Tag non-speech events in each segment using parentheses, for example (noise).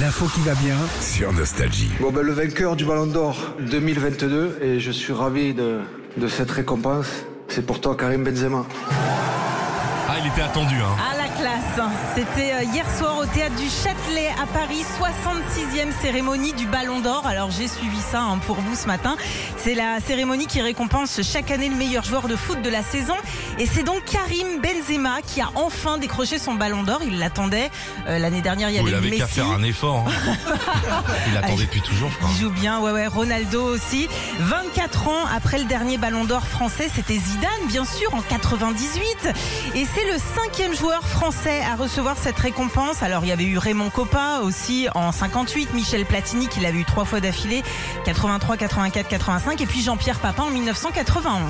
L'info qui va bien sur Nostalgie. Bon ben le vainqueur du Ballon d'Or 2022 et je suis ravi de, de cette récompense. C'est pour toi Karim Benzema. Ah, il était attendu. Hein. À la classe. C'était euh, hier soir au théâtre du Châtelet à Paris, 66e cérémonie du Ballon d'Or. Alors j'ai suivi ça hein, pour vous ce matin. C'est la cérémonie qui récompense chaque année le meilleur joueur de foot de la saison. Et c'est donc Karim Benzema qui a enfin décroché son Ballon d'Or. Il l'attendait euh, l'année dernière. Il y Bon, avait il avait qu'à Messi. faire un effort. (laughs) hein. il attendait depuis toujours, je crois. Il joue bien, ouais, ouais, Ronaldo aussi. 24 ans après le dernier Ballon d'Or français, c'était Zidane, bien sûr, en 98. Et c'est le cinquième joueur français à recevoir cette récompense. Alors, il y avait eu Raymond Coppa aussi en 58, Michel Platini qui l'avait eu trois fois d'affilée, 83, 84, 85, et puis Jean-Pierre Papin en 1991.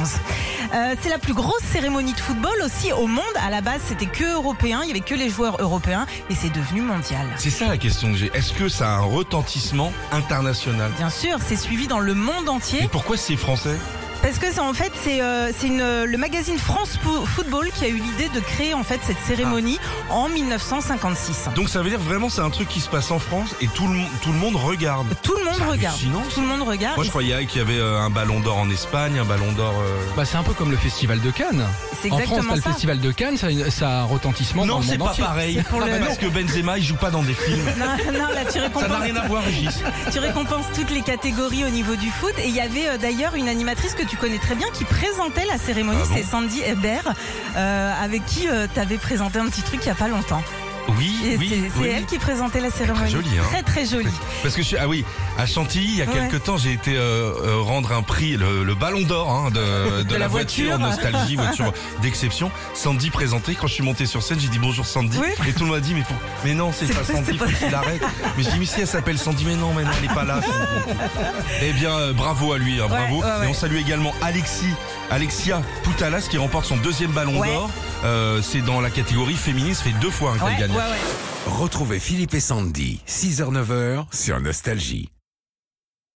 Euh, c'est la plus grosse cérémonie de football aussi au monde. À la base, c'était que européen, il y avait que les joueurs européens, et c'est devenu mondial. C'est ça la question que j'ai. Est-ce que ça a un retentissement international Bien sûr, c'est suivi dans le monde entier. Et pourquoi c'est français Parce que c'est en fait c'est euh, c'est une euh, le magazine France Po- Football qui a eu l'idée de créer en fait cette cérémonie en 1956. Ah. Donc ça veut dire vraiment c'est un truc qui se passe en France et tout le, mo- tout le monde regarde. Tout le monde C'est regarde. hallucinant, ça. Tout le monde regarde. Moi je croyais qu'il y avait euh, un ballon d'or en Espagne, un ballon d'or... euh, Bah, c'est un peu comme le festival de Cannes. C'est En France, exactement t'as le ça. festival de Cannes, ça a, une- ça a un retentissement dans Non le c'est monde pas entier. pareil. Ah, pour le- Parce que Benzema il joue pas dans des films. Non, non, là tu Ça n'a récompenses, rien à voir Régis. tu récompenses toutes les catégories au niveau du foot. Et il y avait euh, d'ailleurs une animatrice que tu connais très bien qui présentait la cérémonie, Ah bon c'est Sandy Hébert, euh, avec qui tu avais présenté un petit truc il y a pas longtemps. Oui, Et oui, c'est c'est oui. elle qui présentait la cérémonie. jolie, hein. très très jolie. Parce que je suis, ah oui, à Chantilly, il y a Ouais. quelques temps, j'ai été euh, euh, rendre un prix, le, le ballon d'or (laughs) hein, de, de la voiture. (laughs) nostalgie, voiture d'exception. Sandy présenté, quand je suis monté sur scène, j'ai dit bonjour Sandy. Oui. Et tout le monde a dit, mais, pour- mais non, c'est C'est pas pas- Sandy, c'est faut pas- qu'il arrête. Mais j'ai dit, mais si elle s'appelle Sandy, mais non, mais non, elle est (laughs) pas là. Sandy. eh bien, euh, bravo à lui, hein, Ouais, bravo. ouais, ouais. Et on salue également Alexis, Alexia Poutalas qui remporte son deuxième ballon Ouais. d'or. Euh, c'est dans la catégorie féminine, ça fait deux fois hein, qu'elle Ouais, ouais, gagne. ouais. Retrouvez Philippe et Sandy, 6h-9h sur Nostalgie.